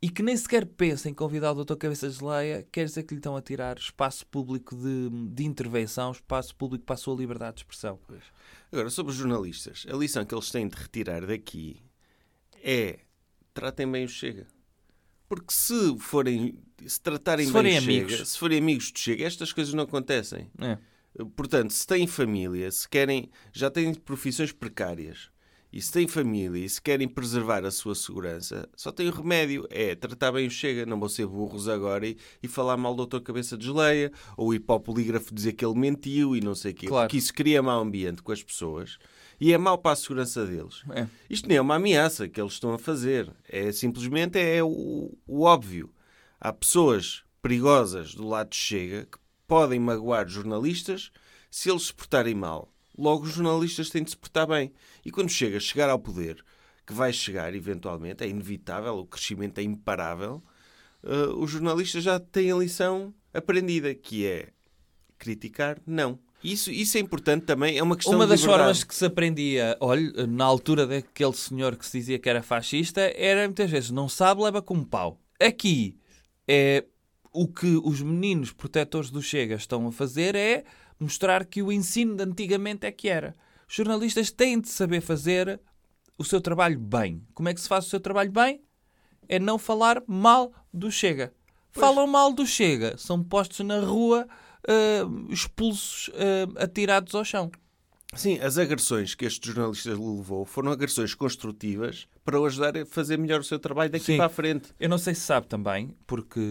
e que nem sequer pense em convidar o Dr. Cabeça de Leia, quer dizer que lhe estão a tirar espaço público de, de intervenção, espaço público para a sua liberdade de expressão.
Agora, sobre os jornalistas, a lição que eles têm de retirar daqui é tratem bem o Chega. Porque se forem, se tratarem
Se forem
bem o Chega,
amigos.
se forem amigos do Chega, estas coisas não acontecem.
É.
Portanto, se têm família, se querem, já têm profissões precárias, e se têm família e se querem preservar a sua segurança, só tem o remédio, é tratar bem o Chega, não vão ser burros agora e, e falar mal do doutor Cabeça de Geleia, ou ir para o polígrafo dizer que ele mentiu e não sei o quê,
Claro.
porque isso cria mau ambiente com as pessoas e é mau para a segurança deles.
É.
Isto nem é uma ameaça que eles estão a fazer, é simplesmente é o, o óbvio. Há pessoas perigosas do lado de Chega que podem magoar jornalistas se eles se portarem mal. Logo, os jornalistas têm de se portar bem. E quando chega, chegar ao poder, que vai chegar eventualmente, é inevitável, o crescimento é imparável, eh, os jornalistas já têm a lição aprendida, que é criticar, não. Isso, isso é importante também, é uma questão
Uma
de
das
liberdade.
formas que se aprendia, olha, na altura daquele senhor que se dizia que era fascista, era muitas vezes não sabe, leva com um pau. Aqui é o que os meninos protetores do Chega estão a fazer é mostrar que o ensino de antigamente é que era. Os jornalistas têm de saber fazer o seu trabalho bem. Como é que se faz o seu trabalho bem? É não falar mal do Chega. Falam mal do Chega, são postos na rua, ah, expulsos, ah, atirados ao chão.
Sim, as agressões que este jornalista levou foram agressões construtivas para o ajudar a fazer melhor o seu trabalho daqui
Sim.
para a frente.
Eu não sei se sabe também, porque,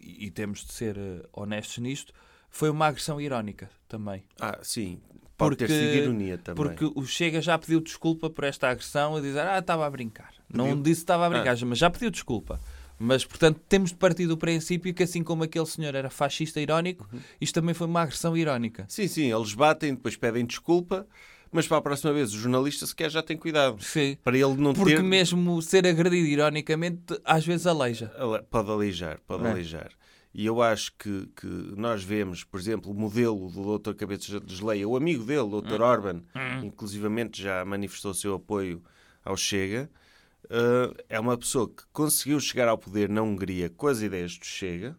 e e temos de ser eh, honestos nisto, foi uma agressão irónica também.
Ah, sim. Pode ter sido ironia também.
Porque o Chega já pediu desculpa por esta agressão e dizer, ah, estava a brincar. Não disse que
Ah.
estava a brincar, mas já pediu desculpa. Mas, portanto, temos de partir do princípio que, assim como aquele senhor era fascista irónico,
Uhum.
isto também foi uma agressão irónica.
Sim, sim, eles batem, depois pedem desculpa, mas para a próxima vez o jornalista sequer já tem cuidado.
Sim.
Para ele não
Porque
ter...
mesmo ser agredido ironicamente, às vezes aleija.
Ale- Pode aleijar, pode
É.
aleijar. E eu acho que, que nós vemos, por exemplo, o modelo do Dr. Cabeça de Geleia, o amigo dele, o
Hum.
Dr. Orban, inclusivamente já manifestou seu apoio ao Chega, eh, é uma pessoa que conseguiu chegar ao poder na Hungria com as ideias do Chega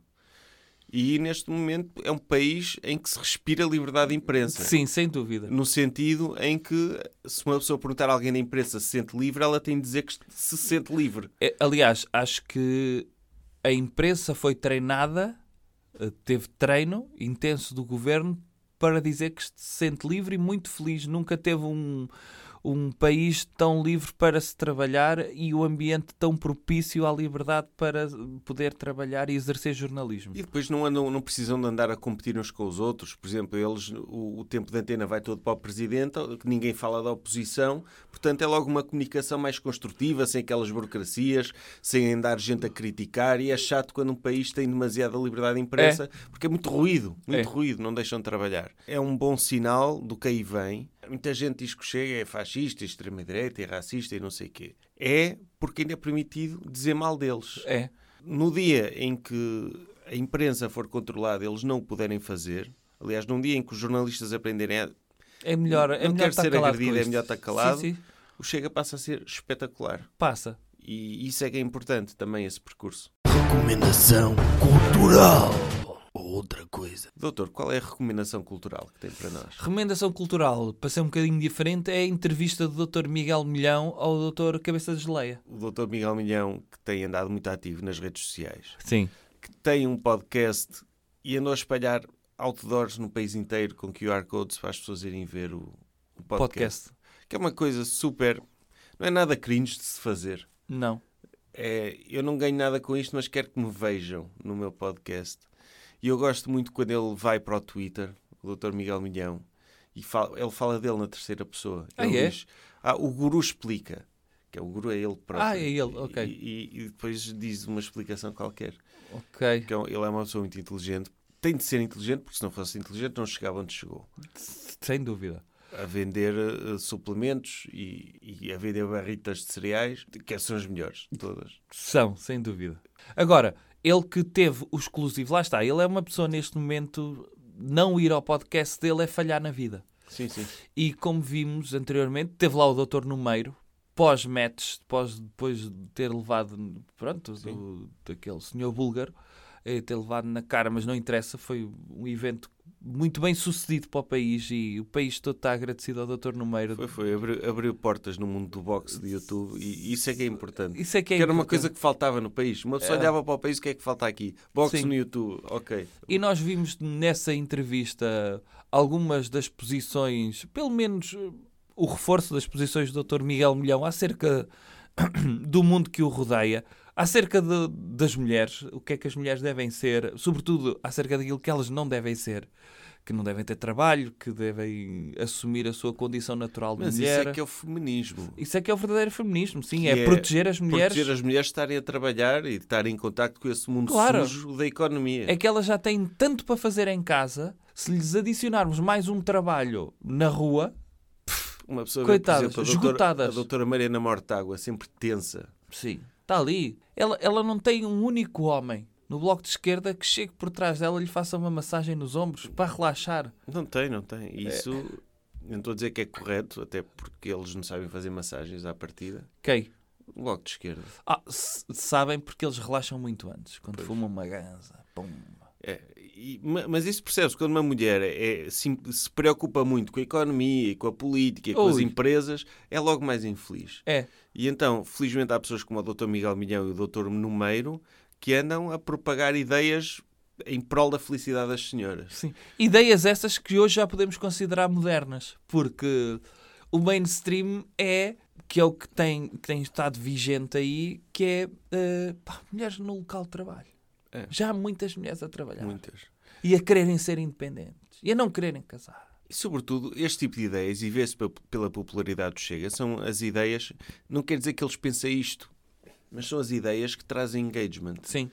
e neste momento é um país em que se respira liberdade de imprensa.
Sim, sem dúvida.
No sentido em que, se uma pessoa perguntar a alguém da imprensa se sente livre, ela tem de dizer que se sente livre.
É, Aliás, acho que a imprensa foi treinada, eh, teve treino intenso do governo para dizer que se sente livre e muito feliz. Nunca teve um, um país tão livre para se trabalhar e o ambiente tão propício à liberdade para poder trabalhar e exercer jornalismo.
E depois não, andam, não precisam de andar a competir uns com os outros. Por exemplo, eles o, o tempo de antena vai todo para o presidente, que ninguém fala da oposição. Portanto, é logo uma comunicação mais construtiva, sem aquelas burocracias, sem andar gente a criticar. E é chato quando um país tem demasiada liberdade de imprensa, porque é muito ruído, muito
É.
ruído, não deixam de trabalhar. É um bom sinal do que aí vem. Muita gente diz que o Chega é fascista, e extrema-direita, e racista e não sei o quê. É porque ainda é permitido dizer mal deles.
É.
No dia em que a imprensa for controlada, eles não o puderem fazer. Aliás, num dia em que os jornalistas aprenderem a
É melhor, é
não
melhor
quero
estar
ser
calado com
agredido, é
isto.
melhor estar calado,
Sim, sim.
o Chega passa a ser espetacular.
Passa.
E isso é que é importante também, esse percurso.
Recomendação cultural. Outra coisa.
Doutor, qual é a recomendação cultural que tem para nós?
Recomendação cultural, para ser um bocadinho diferente, é a entrevista do Dr. Miguel Milhão ao Dr. Cabeça de Geleia.
O doutor Miguel Milhão, que tem andado muito ativo nas redes sociais,
Sim.
que tem um podcast e andou a espalhar outdoors no país inteiro com QR codes para as pessoas irem ver o, o podcast.
Podcast.
Que é uma coisa super... Não é nada cringe de se fazer.
Não.
É, eu não ganho nada com isto, mas quero que me vejam no meu podcast. E eu gosto muito quando ele vai para o Twitter, o Dr. Miguel Milhão, e fala- ele fala dele na terceira pessoa.
Ah,
ele
é?
diz, ah, o guru explica. Que é o guru é ele próprio.
Ah, é ele, ok.
E, e- e depois diz uma explicação qualquer.
Ok.
Que é um- ele é uma pessoa muito inteligente. Tem de ser inteligente, porque se não fosse inteligente não chegava onde chegou.
Sem dúvida.
A vender eh, suplementos e, e a vender barritas de cereais, que é- são as melhores de todas.
São, sem dúvida. Agora, ele que teve o exclusivo, lá está, ele é uma pessoa neste momento, não ir ao podcast dele é falhar na vida.
Sim, sim.
E como vimos anteriormente, teve lá o Dr. Numeiro, pós-match, pós, depois de ter levado, pronto, do, daquele senhor búlgaro, eh, ter levado na cara, mas não interessa, foi um evento muito bem sucedido para o país e o país todo está agradecido ao Dr. Numeiro.
Foi, foi. Abriu, abriu portas no mundo do boxe, do YouTube, e isso é que é importante.
Isso é que é
era uma
importante.
coisa que faltava no país. Uma pessoa olhava para o país, o que é que falta aqui? Boxe
Sim.
no YouTube, ok.
E nós vimos nessa entrevista algumas das posições, pelo menos eh, o reforço das posições do Dr. Miguel Milhão acerca do mundo que o rodeia, acerca de- das mulheres, o que é que as mulheres devem ser, sobretudo acerca daquilo que elas não devem ser, que não devem ter trabalho, que devem assumir a sua condição natural de
Mas
mulher.
isso é que é o feminismo.
Isso é que é o verdadeiro feminismo, sim,
Que
é, proteger as mulheres.
Proteger as mulheres de estarem a trabalhar e de estarem em contacto com esse mundo
Claro.
sujo da economia.
é que elas já têm tanto para fazer em casa, se lhes adicionarmos mais um trabalho na rua,
Uma pessoa
Coitadas,
vê, por exemplo, a doutora,
esgotadas.
A doutora Mariana Mortágua, sempre tensa.
sim, está ali. Ela, ela não tem um único homem no bloco de esquerda que chegue por trás dela e lhe faça uma massagem nos ombros para relaxar.
Não tem, não tem. Isso, não estou a dizer que é correto, até porque eles não sabem fazer massagens à partida.
Ok.
Logo de esquerda.
Ah, s- sabem porque eles relaxam muito antes, quando fumam uma ganza. Pum.
É, e- ma- mas isso percebes quando uma mulher é, é sim- se preocupa muito com a economia, com a política, com as
Ui.
empresas, é logo mais infeliz.
É,
E então, felizmente, há pessoas como o Dr. Miguel Milhão e o Dr. Numeiro que andam a propagar ideias em prol da felicidade das senhoras.
sim. Ideias essas que hoje já podemos considerar modernas, porque o mainstream é que é o que tem, que tem estado vigente aí, que é eh, pá, mulheres no local de trabalho.
É.
Já há muitas mulheres a trabalhar
Muitas.
e a quererem ser independentes e a não quererem casar.
E, sobretudo, este tipo de ideias, e vê-se pe- pela popularidade do Chega, são as ideias. Não quer dizer que eles pensem isto, mas são as ideias que trazem engagement.
Sim,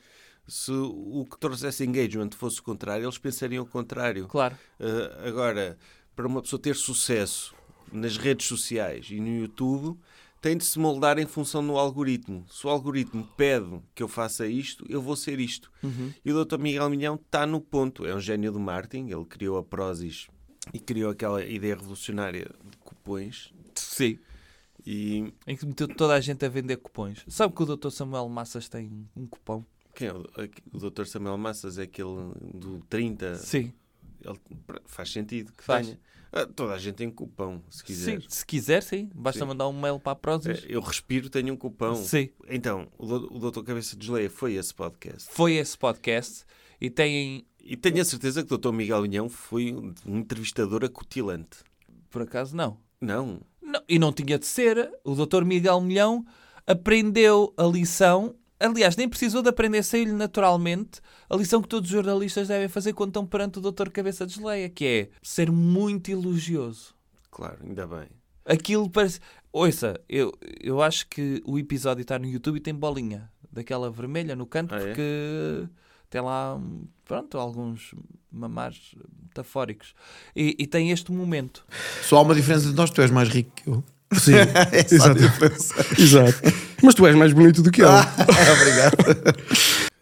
Se o que trouxesse engagement fosse o contrário, eles pensariam o contrário.
claro.
Uh, agora, para uma pessoa ter sucesso nas redes sociais e no YouTube, tem de se moldar em função do algoritmo. Se o algoritmo pede que eu faça isto, eu vou ser isto.
Uhum.
E o Dr. Miguel Milhão está no ponto. É um gênio do marketing, ele criou a Prozis e criou aquela ideia revolucionária de cupões.
Sim.
E
Em que meteu toda a gente a vender cupons. Sabe que o Dr. Samuel Massas tem um cupom?
quem é o, o Dr. Samuel Massas é aquele do 30.
Sim.
Ele- faz sentido que
Faz.
tenha. Ah, toda a gente tem cupão, se quiser.
Sim, se quiser, sim. Basta mandar um mail para a Prozis.
É, Eu respiro, tenho um cupão.
Sim.
Então, o do- o Doutor Cabeça de Geleia foi esse podcast.
Foi esse podcast e têm,
E tenho a certeza que o Doutor Miguel Unhão foi um um entrevistador acutilante.
por acaso, não.
Não.
Não, e não tinha de ser. O Dr. Miguel Milhão aprendeu a lição. Aliás, nem precisou de aprender, saiu-lhe naturalmente a lição que todos os jornalistas devem fazer quando estão perante o Dr. Cabeça de Geleia, que é ser muito elogioso.
Claro, ainda bem.
Aquilo parece. Ouça, eu, eu acho que o episódio está no YouTube e tem bolinha daquela vermelha no canto,
Ah, é?
porque tem lá, hum, pronto, alguns mamares metafóricos. E- e tem este momento.
Só há uma diferença de nós, tu és mais rico que eu. Sim, exato.
Exato. Mas tu és mais bonito do que ela.
Obrigado.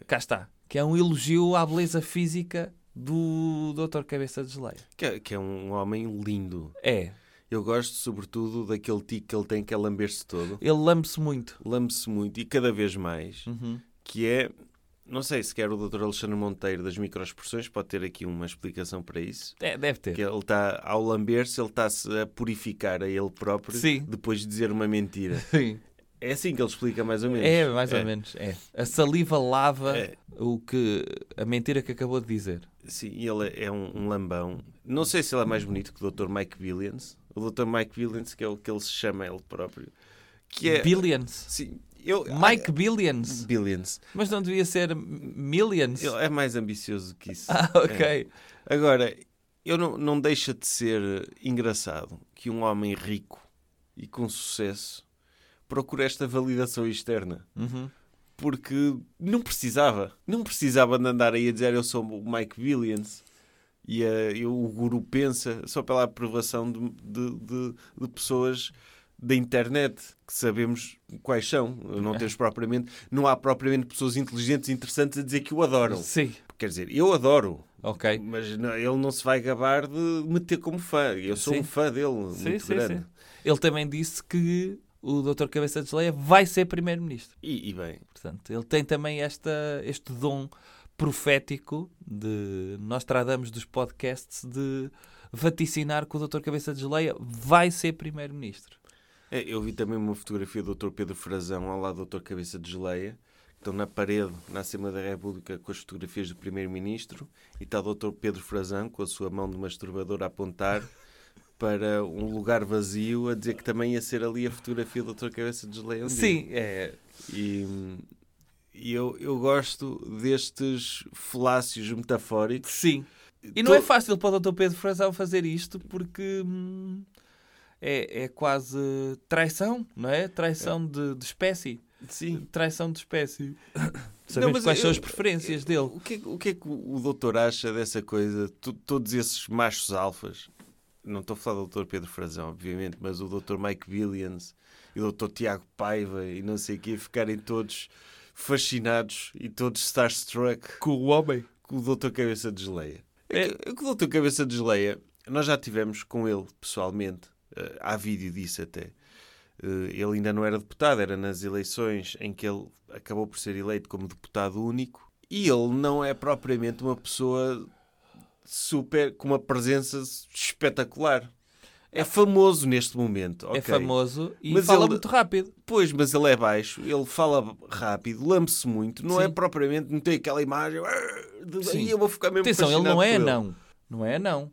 cá está. Que é um elogio à beleza física do Dr. Cabeça de Geleia.
Que é, que é um homem lindo.
É.
Eu gosto, sobretudo, daquele tico que ele tem que é lamber-se todo.
Ele lambe-se muito.
Lambe-se muito e cada vez mais. Que é, não sei se quer o Dr. Alexandre Monteiro das microexpressões, pode ter aqui uma explicação para isso.
É, deve ter.
Que ele está, ao lamber-se, ele está-se a purificar a ele próprio
Sim.
depois de dizer uma mentira.
Sim.
É assim que ele explica, mais ou menos.
É, mais ou menos. É. A saliva lava
É.
o que a mentira que acabou de dizer.
Sim, e ele é um, um lambão. Não sei se ele é mais bonito que o Dr. Mike Billions. O Dr. Mike Billions, que é o que ele se chama ele próprio. Que é...
Billions.
Sim, eu...
Mike
Ah,
Billions.
Billions.
Mas não devia ser m- Millions?
Ele é mais ambicioso que isso.
Ah, ok.
É. Agora, eu não, não deixa de ser engraçado que um homem rico e com sucesso procure esta validação externa. Porque não precisava. Não precisava de andar aí a dizer eu sou o Mike Williams. E eh, eu- o guru pensa só pela aprovação de, de- de- de pessoas da internet que sabemos quais são. Não temos propriamente, não há propriamente pessoas inteligentes e interessantes a dizer que o adoram.
Sim.
Quer dizer, eu adoro,
Ok.
mas não- ele não se vai gabar de meter como fã. Eu sou
Sim.
um fã dele,
Sim,
muito
sim,
grande.
sim. Ele também disse que o Dr. Cabeça de Geleia vai ser primeiro-ministro.
E, e bem,
Portanto, ele tem também esta, este dom profético de nós tradamos dos podcasts de vaticinar que o Dr. Cabeça de Geleia vai ser primeiro-ministro.
é, eu vi também uma fotografia do Dr. Pedro Frazão ao lado do Dr. Cabeça de Geleia. que Estão na parede, na Assembleia da República, com as fotografias do Primeiro-Ministro. E está o Dr. Pedro Frazão, com a sua mão de masturbador a apontar para um lugar vazio, a dizer que também ia ser ali a fotografia do Dr. Cabeça de Geleia. um dia.
Sim, é.
E, e eu, eu gosto destes falácios metafóricos.
Sim. E não é fácil para o Dr. Pedro Frazão fazer isto porque hum, é, é quase traição, não é? Traição de, de espécie.
Sim.
Traição de espécie.
Não,
Sabemos
mas
quais
eu-
são as preferências dele.
O que, é que- o que é que o doutor acha dessa coisa? To- todos esses machos alfas, não estou a falar do doutor Pedro Frazão, obviamente, mas o doutor Mike Billions e o doutor Tiago Paiva e não sei o quê, ficarem todos fascinados e todos starstruck
Com o homem.
com o doutor Cabeça de Geleia.
É.
É. que- é que o doutor Cabeça de Geleia, nós já tivemos com ele pessoalmente, eh, há vídeo disso até. Eh, ele ainda não era deputado, era nas eleições em que ele acabou por ser eleito como deputado único e ele não é propriamente uma pessoa super com uma presença espetacular. É famoso neste momento.
Ah. É
ok.
famoso e
Mas
fala
ele-
muito rápido.
Pois, mas ele é baixo, ele fala rápido, lambe-se muito, não é
Sim.
propriamente, não tem aquela imagem "Ah, de
Sim.
aí eu vou ficar mesmo
Atenção, ele
fascinado
não é
por
anão. Não é anão.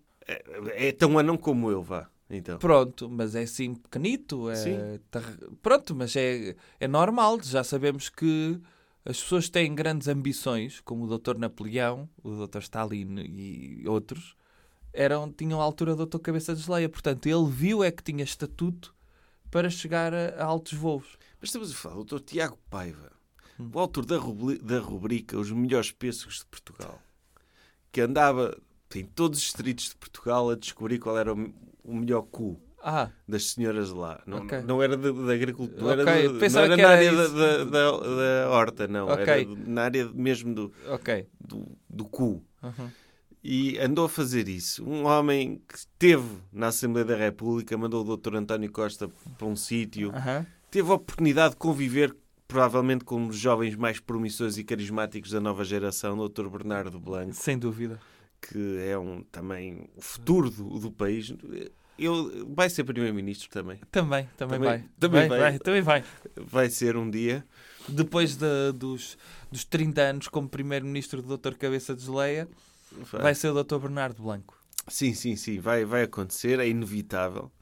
É tão anão como eu, vá. Então.
Pronto, mas é assim pequenito. É
Sim.
tar- Pronto, mas é, é normal. Já sabemos que as pessoas têm grandes ambições, como o Dr. Napoleão, o Dr. Stalin e outros, eram, tinham a altura do Dr. Cabeça de Geleia. Portanto, ele viu é que tinha estatuto para chegar a, a altos voos.
Mas estamos a falar do Dr. Tiago Paiva,
Hum.
o autor da, rubli- da rubrica Os Melhores Pêssegos de Portugal, que andava em todos os distritos de Portugal a descobrir qual era o, o melhor cu
Ah,
das senhoras de lá. Não,
Ok.
não era da da agricultura, não
Ok,
era, de- não
pensava
era
que
na
era
área da,
isso.
da, da- da horta, não. Era
Ok.
de- na área mesmo do,
ok.
do, do cu. E andou a fazer isso. Um homem que esteve na Assembleia da República, mandou o Dr. António Costa para um sítio,
Aham.
teve a oportunidade de conviver provavelmente com um dos jovens mais promissores e carismáticos da nova geração, o Dr. Bernardo Blanco,
Sem dúvida.
que é um, também o futuro do, do país. Ele vai ser primeiro-ministro também.
Também,
Também-
também, vai.
também
vai,
vai.
vai. Também vai.
Vai ser um dia.
Depois de- dos, dos 30 anos como primeiro-ministro do Dr. Cabeça de Geleia,
Vai.
vai ser o Dr. Bernardo Blanco.
Sim, sim, sim, vai, vai acontecer, é inevitável.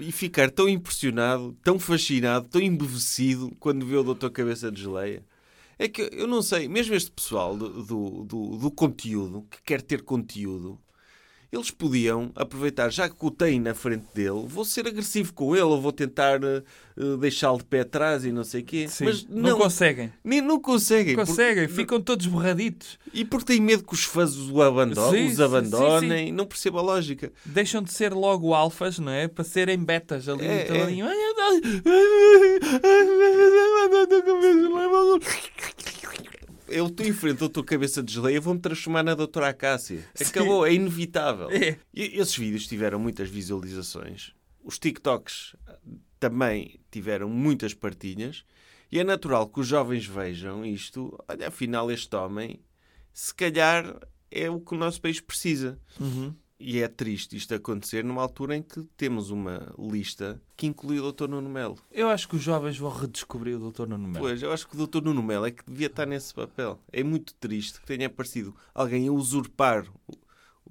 E ficar tão impressionado, tão fascinado, tão embevecido quando vê o Doutor Cabeça de Geleia. É que eu não sei, mesmo este pessoal do, do, do- do conteúdo, que quer ter conteúdo, eles podiam aproveitar, já que o tem na frente dele, vou ser agressivo com ele, ou vou tentar eh, eh, deixá-lo de pé atrás e não sei o quê. Mas
não,
não,
conseguem.
nem, não conseguem. porque-
Conseguem, ficam todos borraditos.
E porque têm medo que os fãs o abandonem,
Sim,
os
sim,
abandonem,
sim,
não percebo a lógica.
Deixam de ser logo alfas, não é? Para serem betas ali.
É,
então,
é.
ali,
eu estou em frente à tua cabeça de geleia, vou-me transformar na doutora Acácia. Acabou, é inevitável.
É.
E esses vídeos tiveram muitas visualizações. Os TikToks também tiveram muitas partilhas. E é natural que os jovens vejam isto. Olha, afinal, este homem, se calhar, é o que o nosso país precisa. E é triste isto acontecer numa altura em que temos uma lista que inclui o Dr. Nuno Melo.
Eu acho que os jovens vão redescobrir o Dr. Nuno Melo.
Pois, eu acho que o Dr. Nuno Melo é que devia estar nesse papel. É muito triste que tenha aparecido alguém a usurpar o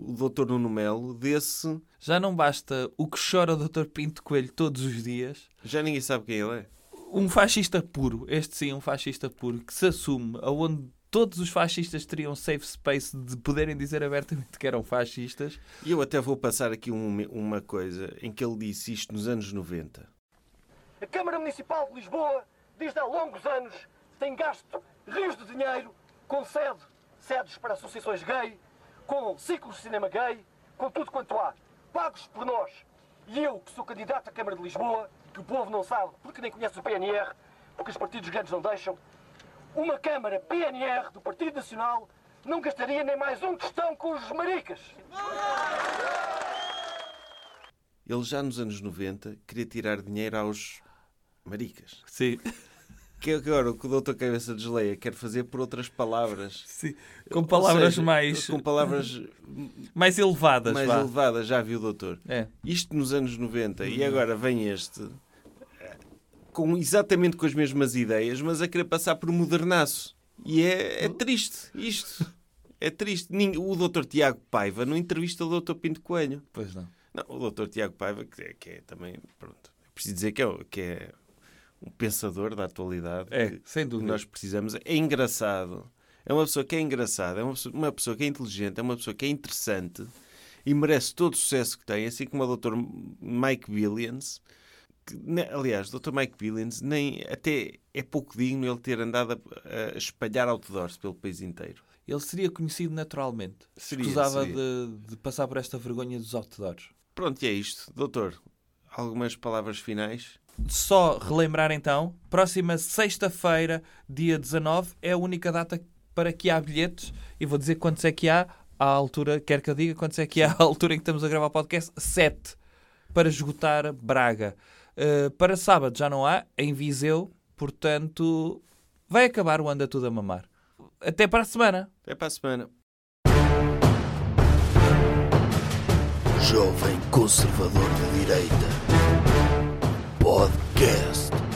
o Dr. Nuno Melo desse.
Já não basta o que chora o Dr. Pinto Coelho todos os dias.
Já ninguém sabe quem ele é.
Um fascista puro, este sim, um fascista puro, que se assume aonde todos os fascistas teriam safe space de poderem dizer abertamente que eram fascistas.
E eu até vou passar aqui um- uma coisa em que ele disse isto nos anos 90.
A Câmara Municipal de Lisboa, desde há longos anos, tem gasto rios de dinheiro, concede sedes para associações gay, com ciclos de cinema gay, com tudo quanto há, pagos por nós. E eu, que sou candidato à Câmara de Lisboa, que o povo não sabe, porque nem conhece o PNR, porque os partidos grandes não deixam, uma Câmara PNR do Partido Nacional não gastaria nem mais um tostão com os maricas.
Ele já nos anos 90 queria tirar dinheiro aos maricas.
Sim,
Que é agora o que o Dr. Cabeça de Geleia quer fazer por outras palavras.
sim. Com
Ou
palavras
seja,
mais,
Com palavras
mais elevadas,
mais
vá.
elevadas, já viu, doutor?
É. Uhum.
Isto nos anos 90 e agora vem este com exatamente com as mesmas ideias, mas a querer passar por um modernaço. E é, é triste isto. É triste. Nin- O doutor Tiago Paiva não entrevista o doutor Pinto Coelho.
Pois não.
Não, o doutor Tiago Paiva, que é, que é também, pronto, preciso dizer que é, o- que é um pensador da atualidade.
É,
que
sem dúvida.
Nós precisamos. É engraçado. É uma pessoa que é engraçada, é uma pessoa, uma pessoa que é inteligente, é uma pessoa que é interessante e merece todo o sucesso que tem, assim como o doutor Mike Williams. que, ne- aliás, o Dr. Mike Williams nem, até é pouco digno ele ter andado a, a espalhar outdoors pelo país inteiro.
Ele seria conhecido naturalmente.
Seria,
Escusava
seria.
De, de passar por esta vergonha dos outdoors.
Pronto, e é isto. Doutor, algumas palavras finais?
Só relembrar então, próxima sexta-feira, dia 19, é a única data para que há bilhetes. E vou dizer quantos é que há à altura, quer que eu diga quantos é que há à altura em que estamos a gravar o podcast? Sete. Para esgotar Braga. Uh, para sábado já não há, em Viseu. Portanto, vai acabar o Anda Tudo a Mamar. Até para a semana.
Até para a semana.
Jovem Conservador de Direita. Podcast.